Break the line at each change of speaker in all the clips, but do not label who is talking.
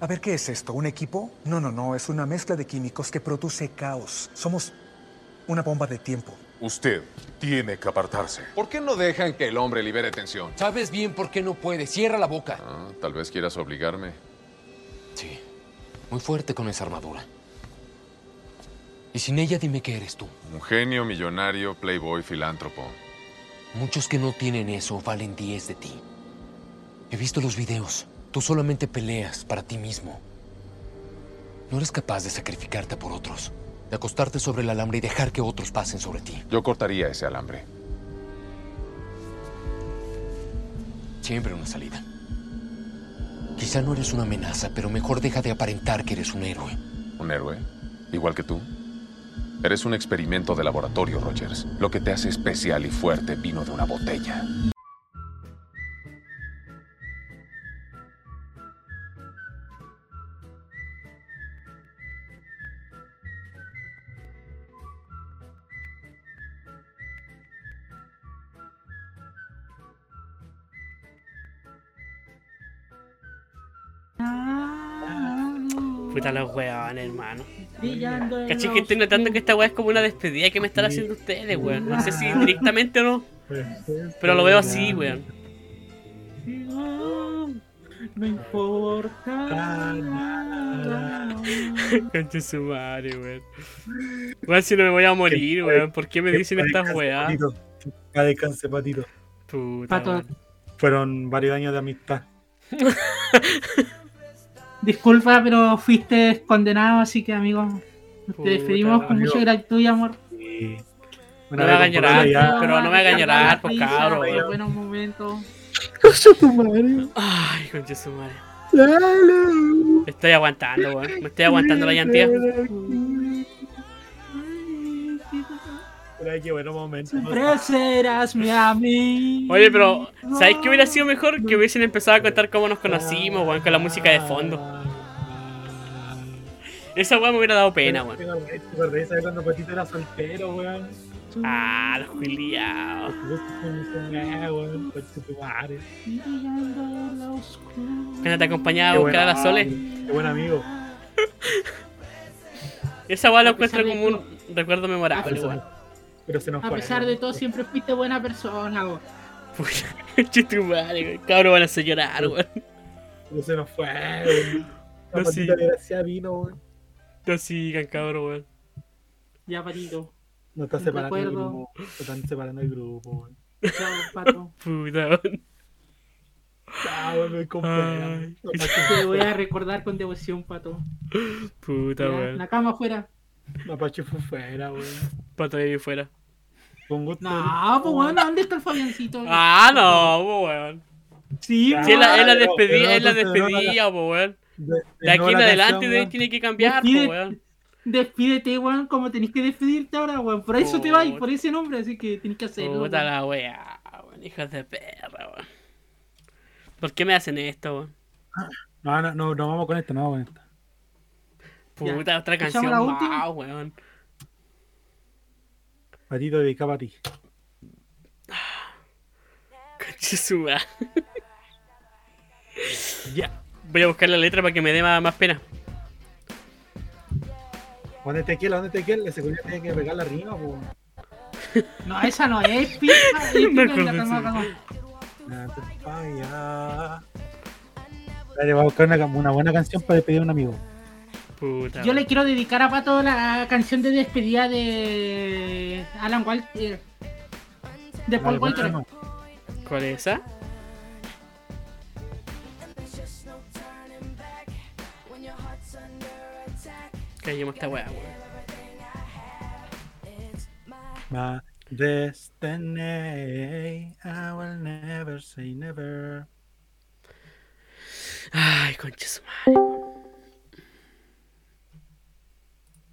A ver, ¿qué es esto? ¿Un equipo? No, no, no, es una mezcla de químicos que produce caos. Somos una bomba de tiempo.
Usted tiene que apartarse.
¿Por qué no dejan que el hombre libere tensión?
Sabes bien por qué no puede. Cierra la boca.
Ah, tal vez quieras obligarme.
Sí. Muy fuerte con esa armadura. Y sin ella dime qué eres tú.
Un genio, millonario, playboy, filántropo.
Muchos que no tienen eso valen 10 de ti. He visto los videos. Tú solamente peleas para ti mismo. No eres capaz de sacrificarte por otros, de acostarte sobre el alambre y dejar que otros pasen sobre ti.
Yo cortaría ese alambre.
Siempre una salida. Quizá no eres una amenaza, pero mejor deja de aparentar que eres un héroe.
¿Un héroe? Igual que tú. Eres un experimento de laboratorio, Rogers. Lo que te hace especial y fuerte vino de una botella.
Puta los weón, hermano.
Brillando en
Caché
la
que estoy notando que esta weá es como una despedida que me están haciendo ustedes, weón. No sé si directamente o no,
oscuridad.
pero lo veo así, weón.
No importa nada.
Conche su madre, weón. Weón, si no me voy a morir, weón. ¿Por qué me dicen estas weas?
Ya descanse, patito.
Puta,
Pato,
weón.
Fueron varios años de amistad.
disculpa, pero fuiste condenado, así que amigos,
Puta,
te despedimos con
amigo.
mucha gratitud y amor.
Y
No me hagan llorar,
ya.
Ah, pero no me hagan llorar, pues
Risa,
cabrón,
los
weón.
Buenos momentos.
Ay, conche su madre. Estoy aguantando, weón. Me estoy aguantando la llantía.
Ay, qué bueno momento.
Siempre serás mi amigo.
Oye, pero ¿sabéis qué hubiera sido mejor? Que hubiesen empezado a contar cómo nos conocimos, weón, con la música de fondo. Esa weá me hubiera dado pena,
weón.
weón.
Te acordás- te acordás de cuando Patito era soltero, weón.
Ah, los juliados.
Vos te emocionás, weón, con tu madre.
Brillando en la oscuridad.
Cuando te acompañaba a
Qué
Ah, buscar a
buena-
la Sole.
Qué buen amigo.
Esa weá la
A pesar
encuentro como
de
un recuerdo memorable,
Pero se-
weón.
Pero se nos
A
fue.
pesar de todo, siempre fuiste buena persona. vos.
Puta, che tu madre, weón. Cabrón, van a hacer llorar, weón.
Pero se nos fue, weón. A
No, sí.
Patito le hacía vino, weón.
No sigan, cabrón, weón.
Ya, patito.
Nos está
De
separando el
acuerdo.
grupo. Nos están separando el grupo, weón.
Chao, pato.
Puta, weón.
Ah, weón, me
Ay.
compré.
Te voy a recordar con devoción, pato.
Puta,
Ya,
weón.
La cama afuera.
Mapache fue fuera, weón.
Pato baby fuera.
Con gusto.
No, pues bueno, ¿dónde está el Fabiancito?
Ah, no, weón.
Sí,
Si es la, es la
Ah, pero- pero
despedida,
no
es la
te- no la-
despedida, po, weón.
De,
De aquí en adelante de-
weón.
tiene que cambiar, po,
Despide-
weón.
Despídete, weón, como tenés que despedirte ahora, weón. Por eso te vas,
Puta.
por ese nombre, así que tenés que hacerlo.
Puta
weón.
la weá, weón. Hijos de perra, weón. ¿Por qué me hacen esto, weón?
No, no, no, no vamos con esto, no vamos con esto.
Ya.
Puta, otra
¿Escuchamos
canción
la
más,
última?
weón.
Patito dedicado a ti.
Cachisúa.
Ya.
Voy a buscar la letra para que me dé más, más pena.
¿Dónde te quieres? ¿Dónde te quieres? La seguridad tiene que pegar la rima, po.
No, esa no es, pica, es pica
Me
en la
acordé,
cama,
sí.
cama.
Ah, te- ah, ya. Dale, voy a buscar una, una buena canción para despedir a un amigo.
Puta.
Yo
weón.
le quiero dedicar a Pato la canción de despedida de Alan Walker. De Paul
Dale, buen
Walker.
tema.
¿Cuál es esa? Callemos esta weá, weón.
My destiny, I will never say never.
Ay, conchesuma.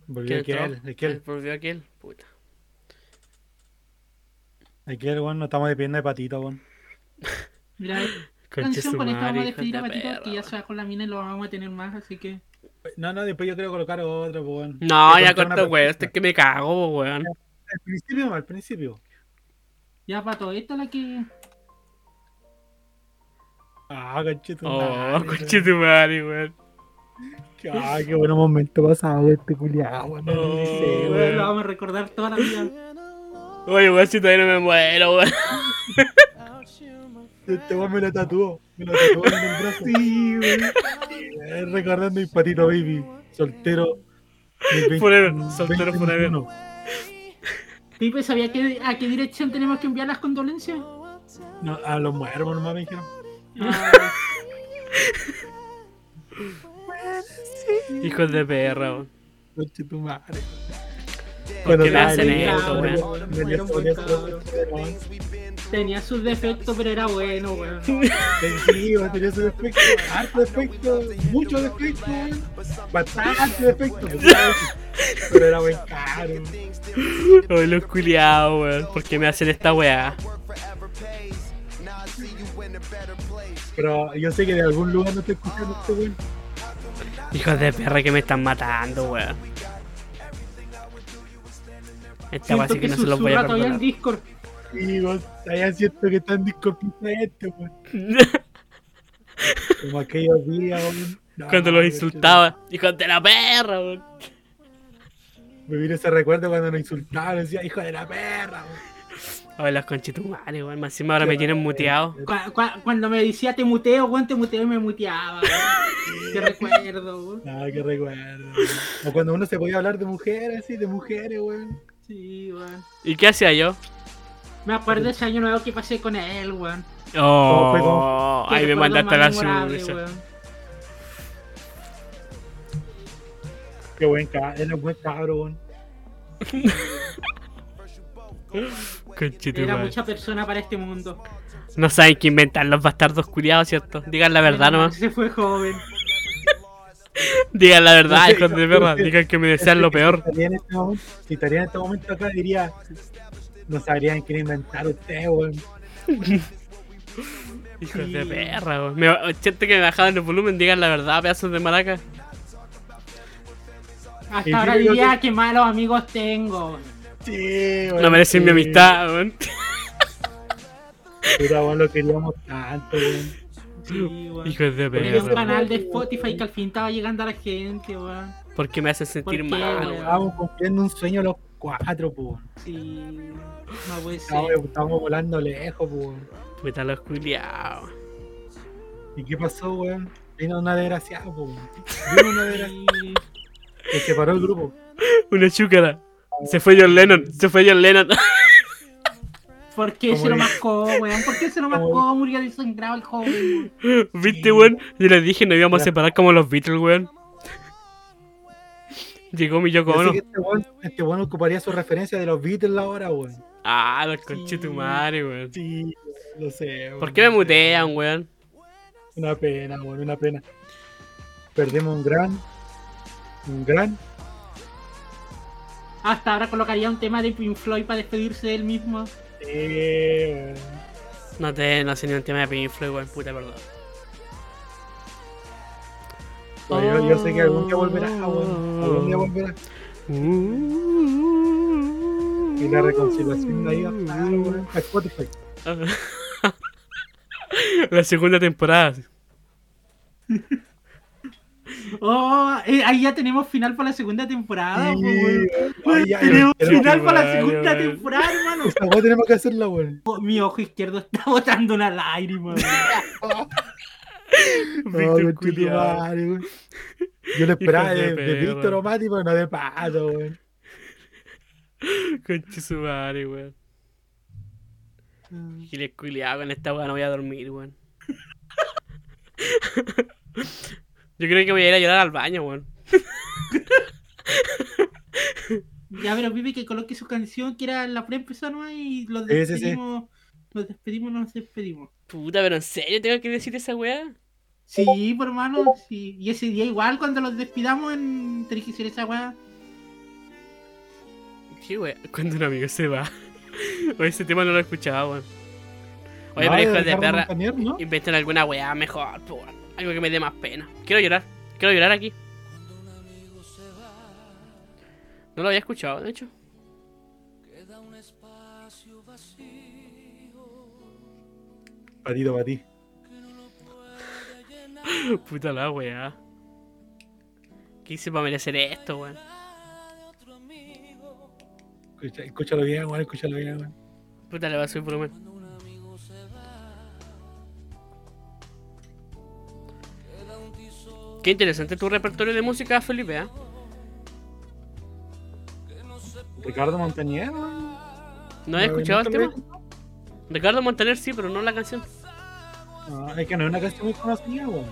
Volvió Ezequiel, Ezequiel,
Volvió aquel, puta.
Ezequiel, weón, no estamos dependiendo de patito, weón.
Mira, canción con esta vamos a
Conchesumare,
despedir a
hijos de
Patito, que ya
perra,
se va con la mina y lo vamos a tener más, así que.
No, no, después yo quiero colocar otra, po, weón.
No,
Voy a
ya
colocar una
corto, weón.
partita.
Este que me cago, weón.
Al principio, al principio.
Ya, Pato, esta es la que.
Ah, conchito.
Oh, conche tu madre, weón.
Ay, qué buen momento pasado este culiado, weón. en el
Oh.
liceo, weón.
Lo vamos a recordar toda la vida.
Oye, weón, si todavía no me muero, weón.
Este weón me lo tatuó. Me lo tatuó en el brazo. Sí, weón. Recordando mi patito baby. Soltero. del 20
Forever, soltero forever.
21.
Pipe, ¿sabía que, a qué dirección tenemos que enviar las condolencias?
No, a los muertos nomás me dijeron.
Ah. Hijos de perra, weón.
Noche tu madre.
¿Por qué le
dale,
hacen
ya,
eso,
weón.
weón?
Me
Era un buen
lesioné,
cabrón.
weón.
Tenía sus defectos, pero era bueno, weón.
Sí, weón, tenía su defecto. Harto defecto. Mucho defecto, weón. Bastante defecto. Pero era buen caro.
Ay, los culiados, weón. ¿Por qué me hacen esta weá?
Pero yo sé que de algún lugar no está escuchando este weón.
Hijos de perra que me están matando, weón. Esta weá
Siento
sí
que
que no se los voy a
susurra todavía
perdonar.
el Discord.
Sí, weón. Allá siento que están disculpando este, weón. Como aquellos días, weón. No,
Cuando los
weón,
insultaba. Hijos de la perra, weón.
Me vino ese recuerdo cuando nos insultaban. Decía, hijo de la perra, weón.
Ay, los conchetumales, weón. Más encima ahora me tienen muteado.
Cu- cu- Cuando me decía te muteo, weón, te muteo y me muteaba. weón. Te recuerdo, weón.
Ah, qué recuerdo. weón. O cuando uno se podía hablar de mujeres, sí, de mujeres, weón.
Sí, weón.
¿Y qué hacía yo?
Me acuerdo ese año nuevo que pasé con él, weón.
fue,
Oh,
Qué
ahí me
recuerdo
mandaste a la
más memorable,
suya.
weón.
Qué buen cabrón, era un buen cabro, weón.
Era
Conchetumales.
mucha persona para este mundo.
No saben qué inventar los bastardos culiados, ¿cierto? Digan la
Menos
verdad
mal
nomás.
que Se fue joven.
Digan la verdad,
No sé,
hijos de
no,
perra.
no sé.
Digan que me desean lo
Si
peor.
estaría en este momento, si estaría en este momento acá, diría, no sabrían quién inventar ustedes, weón.
Hijos de perra, weón. Me- Gente que me bajaban el volumen, digan la verdad, pedazos de maraca.
Y
Hasta ahora
digo yo
diría que malos amigos tengo.
Sí, weón.
No merecen
sí.
mi amistad, weón.
Puta, weón, lo queríamos tanto, weón.
Ah,
Sí, weón.
Hijos
Tenía
de
un
perra. weón.
canal de Spotify que al fin estaba llegando a la gente, weón.
¿Por qué me hacen sentir
¿Por qué,
mal,
weón?
weón?
Estábamos cumpliendo un sueño los cuatro, po, weón.
Sí, no
Ah,
puede ser.
Estábamos, estábamos volando lejos, po, weón.
Puta los culiados.
¿Y qué pasó, weón? Vino una desgraciada, po, weón. Vino una desgraciada.
Sí.
Se separó el grupo.
Una chúcara. Se fue John Lennon, se fue John Lennon.
¿Por qué
Como
se lo
dice-
mascó, weón? ¿Por qué se lo mascó? Murió desangrado el joven.
¿Viste, weón? Yo les dije, nos íbamos a
Ya.
separar como los Beatles, weón. Llegó mi Yoko
Yo sé
Ono.
que este weón este weón ocuparía su referencia de los Beatles ahora, weón.
Ah, los conchetumares, weón.
Sí, lo sé, weón.
¿Por qué me mutean, weón?
Una pena, weón, una pena. Perdemos un gran. Un gran.
Hasta ahora colocaría un tema de Pink Floyd para despedirse de él mismo.
Sí, weón.
No te, no sé ni un tema de Pink Floyd, weón, puta, perdón.
Pues yo, yo sé que algún día volverá, weón. Algún día volverá.
Oh.
Y la reconciliación de ahí va a estar, weón. A Spotify.
La segunda temporada.
Oh, eh, ahí ya tenemos final para la segunda temporada,
Sí,
weón.
Ay, ya,
tenemos
ya,
final
ya,
para la
ya,
segunda
ya.
temporada, hermano.
Esta weón tenemos que hacerla, weón.
Oh, mi ojo izquierdo está botando una lágrima, weón.
No,
Víctor
conchetumare,
culiao.
weón. Yo lo esperaba
de
de, de
perra.
Víctor Omati, pero no de Pato, weón.
Conchetumare, weón. Giles culiao, con esta weá no voy a dormir, weón. Yo creo que voy a ir a llorar al baño, weón.
Ya, pero Pipe que coloque su canción, que era la pre-empezar nomás y los
Sí, sí, sí.
despedimos. Nos despedimos, nos despedimos.
Puta, pero en serio tengo que decir esa weá.
Sí, por hermano, sí. Y ese día igual cuando los despidamos en tenés que hacer esa weá.
¿Qué weá? Cuando un amigo se va. Oye, ese tema no lo escuchaba, weón. Oye,
No,
pero hijos de
Ricardo
perra,
Montaner, ¿no?
inventen alguna weá mejor, po, weón. Algo que me dé más pena. Quiero llorar, quiero llorar aquí. No lo había escuchado, de hecho.
Patito para ti.
Puta la weá. ¿Qué hice para merecer esto, weón?
Escucha- escúchalo bien, weón, escúchalo bien, weón.
Puta, le va a subir volumen. Qué interesante tu repertorio de música, Felipe, ¿ah?
Ricardo Montañez, weón.
¿No has escuchado este el
nunca
tema?
lo
Ricardo Montaner sí, pero no la canción.
he- No, es que no es una canción muy conocida, weón.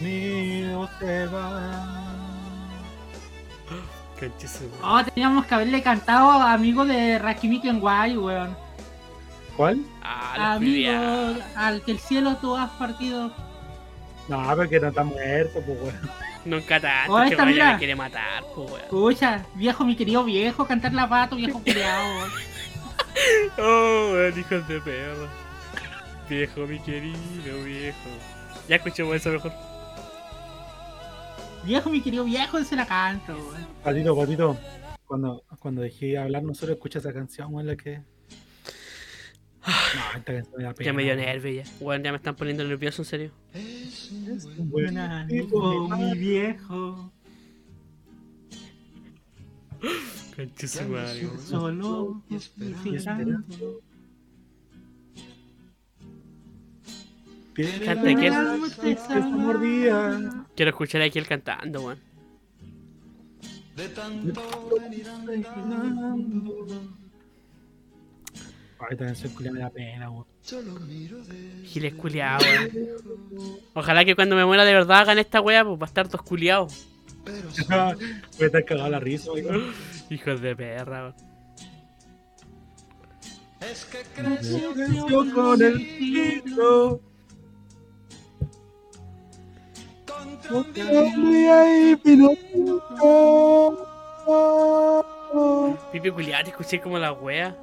Mm.
Mío se va.
Oh, teníamos que haberle cantado a amigo de Rakimi Kenway, weón.
¿Cuál?
Ah, los
Amigo
pibia.
al que el cielo tú has partido.
No, porque no está muerto, pues, weón.
Nunca tanto,
Oh,
este
esta,
weón ya
mira.
me quiere matar, po, weón.
Escucha, viejo, mi querido viejo, cantar la pato, viejo culiao. weón.
Oh, weón, hijos de perro. Viejo, mi querido, viejo. Ya escuchemos eso mejor.
Viejo, mi querido viejo, se la canto, weón.
Patito, patito. Cuando, cuando dejé de hablar, no solo escucha esa canción, weón, la que. No, esta canción me da pena.
Ah. Ya me dio nervio ya. Weón, ya me están poniendo nervioso, en serio.
Es un buen
Buen
tipo,
amigo,
Pues, mi
mi viejo. Solo
esperando.
Canta,
Tiene
¿quién?
la noche esa mordida.
Quiero escuchar a él cantando, weón.
Ay, esta canción culia me da pena, weón.
Giles culiao, weón. Ojalá que cuando me muera de verdad hagan esta weá, pues va a estar dos culiados.
Voy a estar cagado la risa, weón.
Hijos de perra, weón.
Creció con el cielo.
Pipi culiao, te escuché como la wea.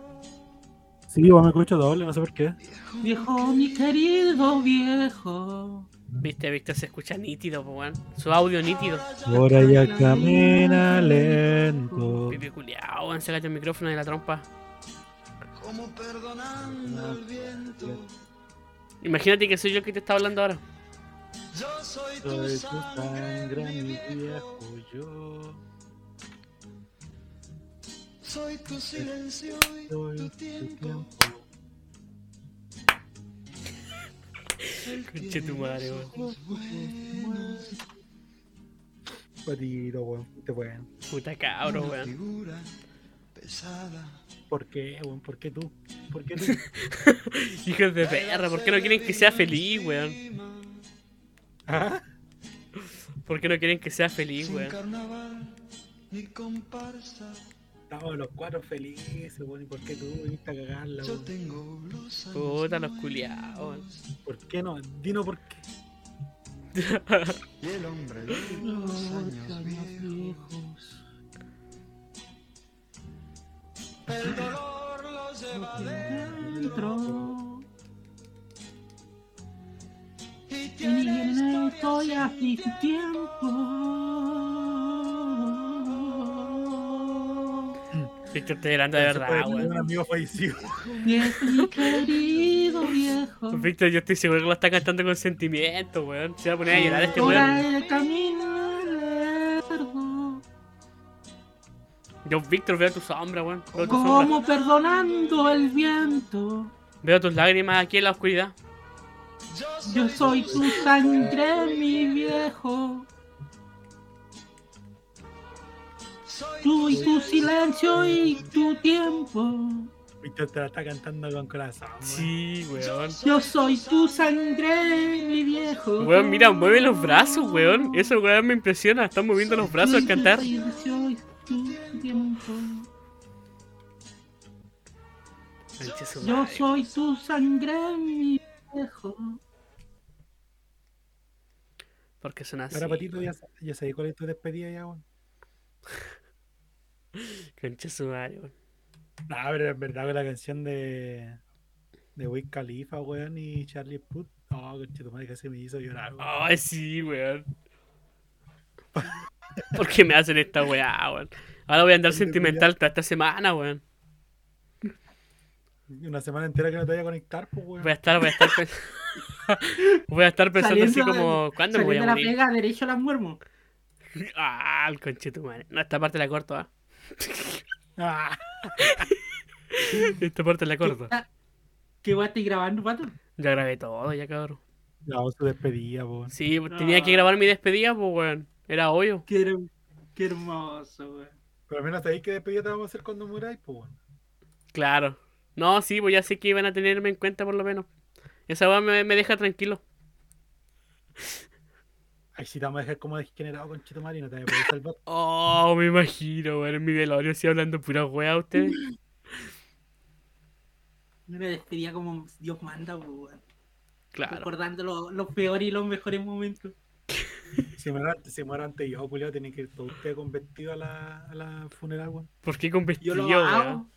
Sí, weón, me escucho doble, no sé por qué.
Viejo, mi querido viejo.
Viste, viste, se escucha nítido, po, weón. Su audio nítido.
Por allá camina lento.
Pipi culiao, weón, sácate el micrófono de la trompa. Imagínate que soy yo el que te está hablando ahora.
Soy tu sangre, mi viejo yo. Soy tu silencio y tu este tiempo.
Conche tu madre, weón.
Patito, weón. Te weón.
Puta cabro, weón.
¿Por qué, weón? ¿Por qué tú? ¿Por qué tú?
Hijos de perra, ¿por qué no quieren que sea feliz, weón?
¿Ah?
¿Por qué no quieren que sea feliz, weón?
Estamos los cuatro felices, weón. ¿Y por qué tú viniste a cagarla, weón?
Puta los culiados.
¿Por qué no? Dino por qué.
Dentro. Y no estoy aquí tu tiempo.
Víctor, estoy llorando de verdad,
Puede tener Un
weón.
amigo fallecido.
Viejo, mi querido viejo.
Víctor, yo estoy seguro que lo está cantando con sentimiento, weón. Se va a poner a llorar este
Por
weón.
el camino largo.
Yo, Víctor, veo tu sombra, weón. Veo tu sombra.
Como perdonando el viento.
Veo tus lágrimas aquí en la oscuridad.
Yo soy tu sangre, mi viejo. Tú y tu silencio y tu tiempo.
Víctor te la está cantando con corazón. weón.
Sí, weón.
Yo soy tu sangre, mi viejo.
Weón, mira, mueve los brazos, weón. Eso, weón, me impresiona. Están moviendo los brazos al cantar.
Tu silencio y tu tiempo.
Conche su
Yo
madre.
soy tu sangre, mi viejo.
Porque son así.
Ahora, Patito, ya, sa- ya sabía cuál es tu despedida, ya, weón.
Conche su madre, weón.
No, Ah, pero es verdad que la canción de. de Wiz Khalifa, weón, y Charlie Puth. No, coche, tu madre casi me hizo llorar, weón.
Ay, sí, weón. ¿Por qué me hacen esta weá, weón? Ahora voy a andar sentimental toda esta semana, weón.
Y Una semana entera que no te voy a conectar, pues, weón.
Voy a estar, voy a estar. pens- Voy a estar pensando así
Saliendo
como, ¿cuándo me voy
saliendo
a
la
morir?
pega, derecho a las muermo.
Ah, el conchito, madre. No, esta parte la corto, ¿ah? Ah. esta parte la corto.
¿Qué voy a estar grabando, pato?
Ya grabé todo, ya cabrón.
No, se despedía, po.
Sí, pues, tenía
Ah.
que grabar mi despedida, pues, weón. Era obvio.
Qué, her- qué hermoso, weón.
Pero al menos sabéis que despedida te vamos a hacer cuando muráis, po. weón.
Claro. No, sí, pues ya sé que iban a tenerme en cuenta por lo menos. Esa weá me, me deja tranquilo.
Ay, si te vamos a dejar como degenerado con Chito Mari, no te voy a poder salvar.
Oh, me imagino, weón. En mi velorio sí hablando pura weá ustedes.
Yo Me despedía como Dios manda, weón.
Claro.
Recordando lo- los peores y los mejores momentos.
Si muero, antes- si muero antes yo, culiao, tienen que ir todos ustedes con vestido a la, a la funeral, weón.
¿Por qué con
Yo
vestido,
lo
weón?
hago.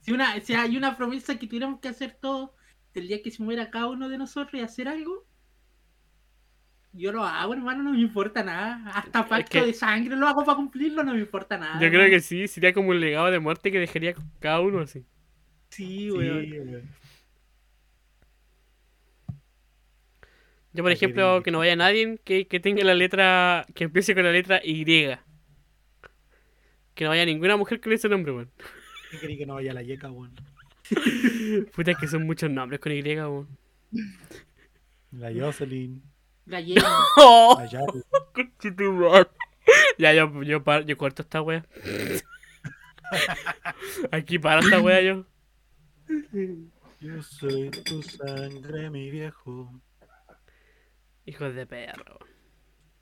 Si, una, si hay una promesa que tuviéramos que hacer todos el día que se muera cada uno de nosotros y hacer algo, yo lo hago, hermano, no me importa nada. Hasta pacto
que-
de sangre lo hago para cumplirlo, no me importa nada.
Yo creo que sí, sería como un legado de muerte que dejaría cada uno así.
sí,
Sí,
weón.
weón.
Yo, por
Aquí
ejemplo,
dice-
que no vaya nadie que, que tenga la letra. que empiece con la letra Y. Que no vaya ninguna mujer con ese nombre, weón.
¿Qué querí que no vaya la yeca, weón?
Puta, es que son muchos nombres con Y, weón.
La Jocelyn,
Gallego. Oh,
la Yari.
Conchetumar. Ya, yo, yo, par- yo corto esta wea. Aquí para esta wea yo.
Yo soy tu sangre, mi viejo.
Hijos de perro.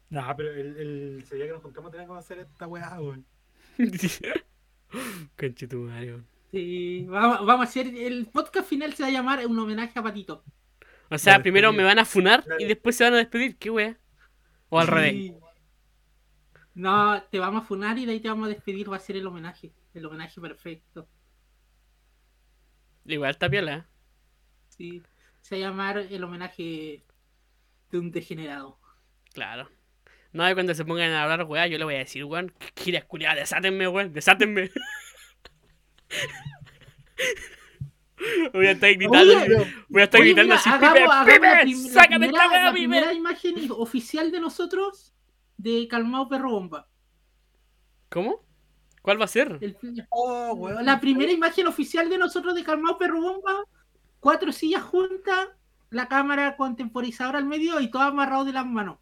Nah, pero el, el ese día que nos juntamos tenemos que hacer esta weá, weón.
Conchetumar, weón.
Sí, vamos, vamos a hacer. El podcast final se va a llamar Un homenaje a Patito.
O sea,
La
primero
despedida.
me van a funar
La
y
de-
después se van a despedir. ¿Qué wea? O al revés.
Sí. No, te vamos a funar y de ahí te vamos a despedir. Va a ser el homenaje. El homenaje perfecto.
Igual está piola, ¿eh?
Sí. Se va a llamar el homenaje de un degenerado.
Claro. No, y cuando se pongan a hablar, weá, yo le voy a decir, weón, giras culiadas, desátenme, weón, desátenme. voy a estar gritando,
Oye, pero-
voy a estar
Oye,
gritando
mira,
así,
hagamos-
Pipe,
hagamos
Pipe,
la prim- la
sácame esta
primera-
weá,
La
Pipe.
primera imagen i- oficial de nosotros de Calmado Perro Bomba.
¿Cómo? ¿Cuál va a ser?
El- La primera imagen oficial de nosotros de Calmado Perro Bomba. Cuatro sillas juntas, la cámara con temporizador al medio y todo amarrado de las manos.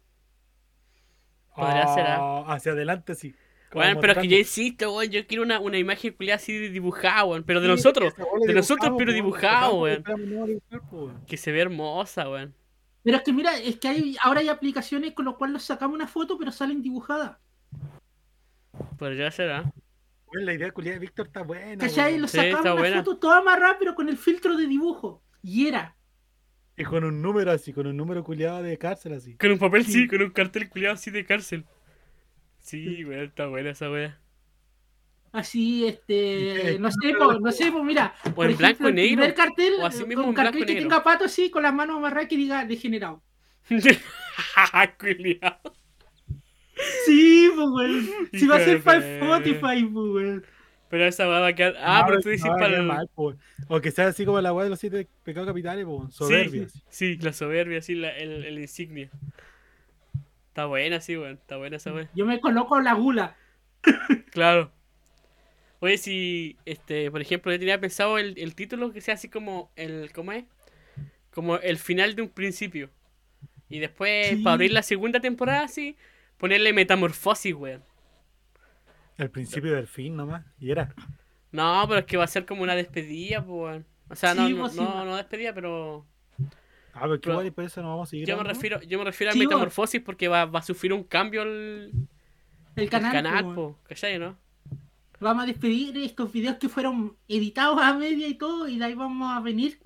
Podría ser,
Ah, Hacia adelante, sí. Como
Weón, pero es que
mostrando.
yo insisto, weón, yo quiero una, una imagen culiada así dibujada, weón, pero de
Sí,
nosotros,
esa bola
de nosotros,
dibujado,
pero
po, weón.
dibujado,
Acá,
weón,
po, esperamos no dibujar, po, weón.
que se ve hermosa, weón.
Pero es que mira, es que hay, ahora hay aplicaciones con las cuales sacamos una foto, pero salen dibujadas.
Podría ser, ¿ah?
Weón, La idea culiada de Víctor está buena.
¿Cachai?
weón.
Lo
Sí,
sacamos
está
una
buena.
foto toda amarrada, pero con el filtro de dibujo. Y era.
Y con un número así, con un número culiado de cárcel así.
Con un papel, sí, con un cartel culiado así de cárcel. Sí, weón, está buena esa weá.
Así, este.
Sí.
No sé, po, no sé, po, mira. por
en blanco y
el
negro,
primer cartel,
o así
eh,
mismo
un
en
cartel
blanco y
que
negro.
tenga pato así, con las manos amarradas que diga degenerado.
Culiao.
Sí, pues, weón. Si va a ser
Hijo de
para
perra.
Spotify, pues, weón.
Pero esa weá va a quedar. Ah, pero tú dices
no,
para.
qué mal, po, weón. O que sea así como la weá de los siete pecados capitales, po, weón.
Sí,
Soberbia. así.
sí, la soberbia, sí, la, el, el insignia. Está buena, sí, weón. Está buena esa weá.
Yo me coloco la gula.
Claro. Oye, si, este, por ejemplo, yo tenía pensado el, el título que sea así como el. ¿Cómo es? Como el final de un principio. Y después,
Sí.
para abrir la segunda temporada, sí, ponerle metamorfosis, weón.
El principio del fin nomás. Y era.
No, pero es que va a ser como una despedida, pues, weón. O sea,
Sí,
no, no,
pues, sí.
no, no despedida, pero.
Ah, pero qué
Pero-
igual y por eso no vamos a seguir.
Yo me
grabando.
refiero, yo me refiero a
Sí, vos.
metamorfosis porque va, va a sufrir un cambio el,
El
el
canal.
canal,
pues, weón.
po, ¿cachai, no?
Vamos a despedir estos videos que fueron editados a media y todo, y de ahí vamos a venir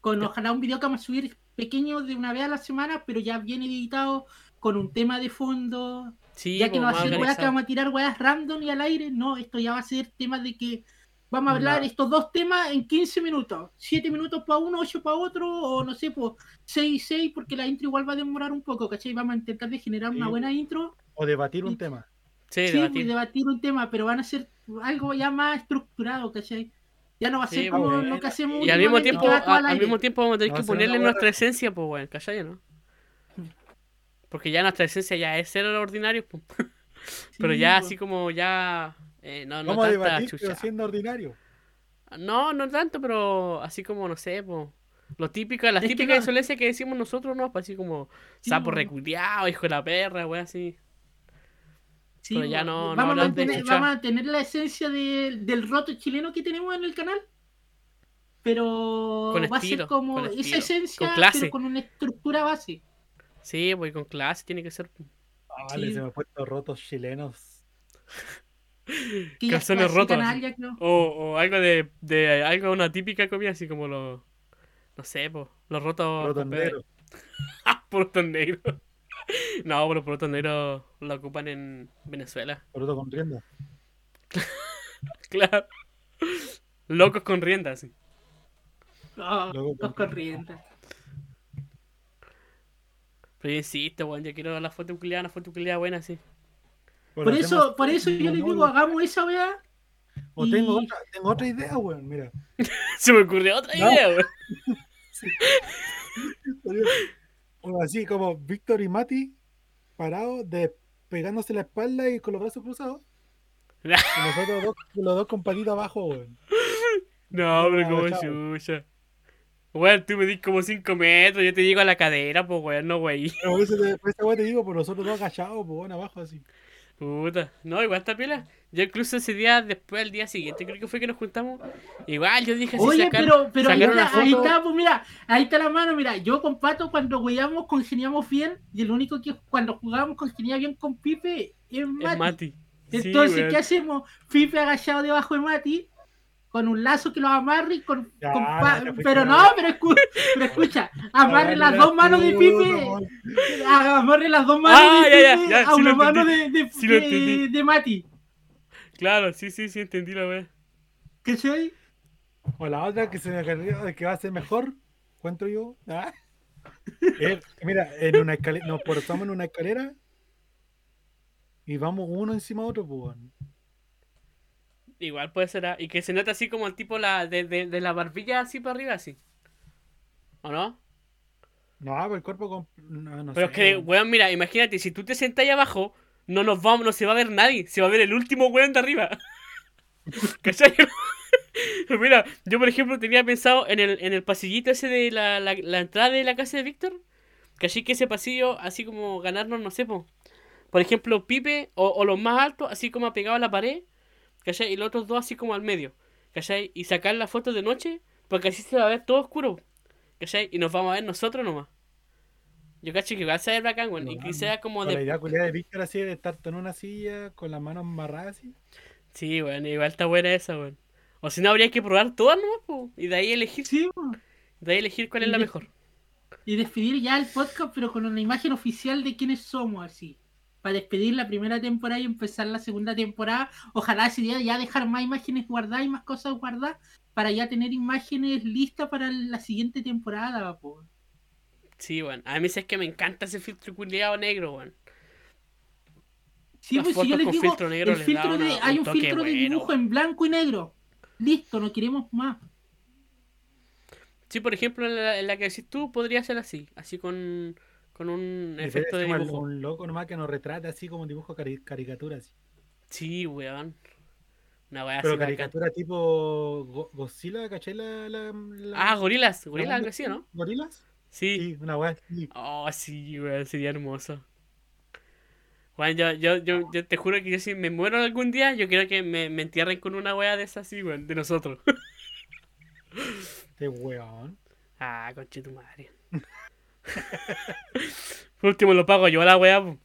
con ojalá un video que vamos a subir pequeño de una vez a la semana, pero ya bien editado, con un tema de fondo.
Sí,
ya que
po,
no va a
más
ser weas que
organizado.
vamos a tirar weas random y al aire, no, esto ya va a ser tema de que vamos a hablar
No.
estos dos temas en 15 minutos, 7 minutos para uno, 8 para otro, o no sé, pues 6 y 6, porque la intro igual va a demorar un poco, ¿cachai? Vamos a intentar de generar una
Sí.
buena intro.
O debatir un tema.
Sí,
Sí,
debatir.
pues, debatir un tema, pero van a ser algo ya más estructurado, ¿cachai? Ya no va a ser
Sí,
como
pues.
lo que hacemos.
Y al mismo
últimamente,
tiempo,
que va todo
a-
al
al,
aire.
mismo tiempo vamos a tener
No,
que
se nos
ponerle
acabó.
nuestra esencia, pues, weón, ¿cachai, o no? Porque ya nuestra esencia ya es ser lo ordinario, pues. Pero
Sí,
ya
pues.
así como ya... eh, no, no
Vamos a
tanta
debatir, pero
chucha.
siendo ordinario.
No, no tanto, pero así como, no sé, po. Lo típico, las
Es que no-
típicas insolencias que decimos nosotros, ¿no? Pues Así como
Sí,
sapo
po.
reculeado, hijo de la perra, weón, así.
Sí,
pero ya
pues,
no- no
vamos, a
hablan de
mantener,
chucha.
vamos a tener la esencia de- del roto chileno que tenemos en el canal. Pero
Con
va a ser
estilo,
como
con
esa
estilo,
esencia,
con clase.
pero con una estructura base.
Sí, pues con clase tiene que ser. po.
Ah, Vale,
Sí.
se me han puesto rotos chilenos.
Que ya
Calzones
clasifican
rotos,
a
así.
alguien, creo.
O, o algo de, de algo, una típica comida, así como los, no sé, po, los rotos.
Rotos
con pebre.
negros.
Ah, porotos negros. no, pero los porotos negros lo ocupan en Venezuela,
Rotos con rienda.
claro. Locos con riendas, sí.
Oh,
Luego,
los corrientes.
Pero yo insisto, weón, yo quiero la foto culiada, una foto culiada buena, sí.
Por eso, por eso yo les digo, hagamos esa weá.
O tengo,
y-
otra, tengo otra idea, weón. Mira.
Se me ocurrió otra
No.
idea, weón.
O así como Víctor y Mati parados, de, pegándose la espalda y con los brazos cruzados. Y nosotros dos, los dos con patita abajo, weón.
No, pero
No,
como
chao.
chucha. Weón, tú me dis como 5 metros, yo te digo a la cadera, pues weón, no wey.
Pero por eso te- por esa weá te digo, por nosotros dos agachados, pues weón, abajo así.
Puta. No, igual está piola. Yo incluso ese día, después del día siguiente, creo que fue que nos juntamos. Igual yo dije así
Oye,
sacar-
pero, pero
sacar
mira,
una
ahí
foto.
está, pues mira, ahí está la mano, mira, yo con Pato cuando weyamos congeniamos bien, y el único que cuando jugábamos congenia bien con Pipe es Mati.
Es Mati. Sí,
Entonces,
weón.
¿qué hacemos? Pipe agachado debajo de Mati, con un lazo que lo amarre y con,
Ya,
con pa-
ya fuiste
pero
una
no,
vez.
pero, escu- pero escucha, amarre
Agarra
las dos manos de
tú,
Pipe,
Ah, weón.
amarre las dos manos
Ah,
de
ya, ya,
Pipe
ya,
a
sí lo
una mano de,
entendí,
de,
sí lo
de-
entendí.
de Mati.
Claro, sí, sí, sí, entendí la weón.
¿Cachai?
O la otra que se me ocurrió de que va a ser mejor, encuentro yo. ¿ah? Eh, mira, en una escalera, nos portamos en una escalera y vamos uno encima de otro, pues. weón.
Igual puede ser. ah, Y que se nota así como el tipo la, de, de, de la barbilla así para arriba, así. ¿O no?
No, pero el cuerpo con. No, no
Pero es
sé,
que,
weón.
weón, mira, imagínate, si tú te sentás ahí abajo, no nos vamos, no se va a ver nadie, se va a ver el último weón de arriba. ¿Cachai? mira, yo por ejemplo tenía pensado en el, en el pasillito ese de la, la, la entrada de la casa de Víctor. ¿Cachai? Que ese pasillo, así como ganarnos, no sé, po. Por ejemplo, Pipe o, o los más altos, así como apegados a la pared. ¿Cachai? Y los otros dos así como al medio. ¿Cachai? Y sacar la foto de noche, porque así se va a ver todo oscuro. ¿Cachai? Y nos vamos a ver nosotros nomás. Yo cacho que igual se ve bacán, weón. Y que sea como
Con la
de
idea culiada de Víctor así de estar en una silla con las manos amarradas así.
Sí, weón, igual está buena esa, weón. O si no, habría que probar todas nomás, po, y de ahí elegir,
Sí, po.
de ahí elegir cuál es la
Y-
mejor.
Y despedir ya el podcast, pero con una imagen oficial de quiénes somos, así. Para despedir la primera temporada y empezar la segunda temporada. Ojalá ese día ya dejar más imágenes guardadas y más cosas guardadas. Para ya tener imágenes listas para la siguiente temporada, po.
Sí, weón. A mí sí es que me encanta ese filtro culiado negro, weón.
Sí,
Las
pues si yo
fotos
les
con
digo,
filtro negro
el
les
filtro
da
de-
una-
hay
un
un
toque
filtro de
bueno.
dibujo en blanco y negro. Listo, no queremos más.
Sí, por ejemplo, en la, en la que decís tú podría ser así, así con, con un
Y
efecto de
hacemos al-
dibujo.
Un loco nomás que nos retrata así como un dibujo cari- caricatura así.
Sí, weón. Una weá así
Pero
Ah, bacán.
caricatura tipo Go- Godzilla, ¿caché la, la, la-
Ah, gorilas,
la
gorilas,
onda
algo así, ¿no?
¿Gorilas?
Sí.
Sí, una weá así.
Oh, sí, weón, sería hermoso. Juan, yo, yo, yo, yo te juro que yo si me muero algún día, yo quiero que me, me entierren con una wea de esas así, weón, de nosotros.
Este weón.
ah, conche tu madre. Por último lo pago yo a la wea. po.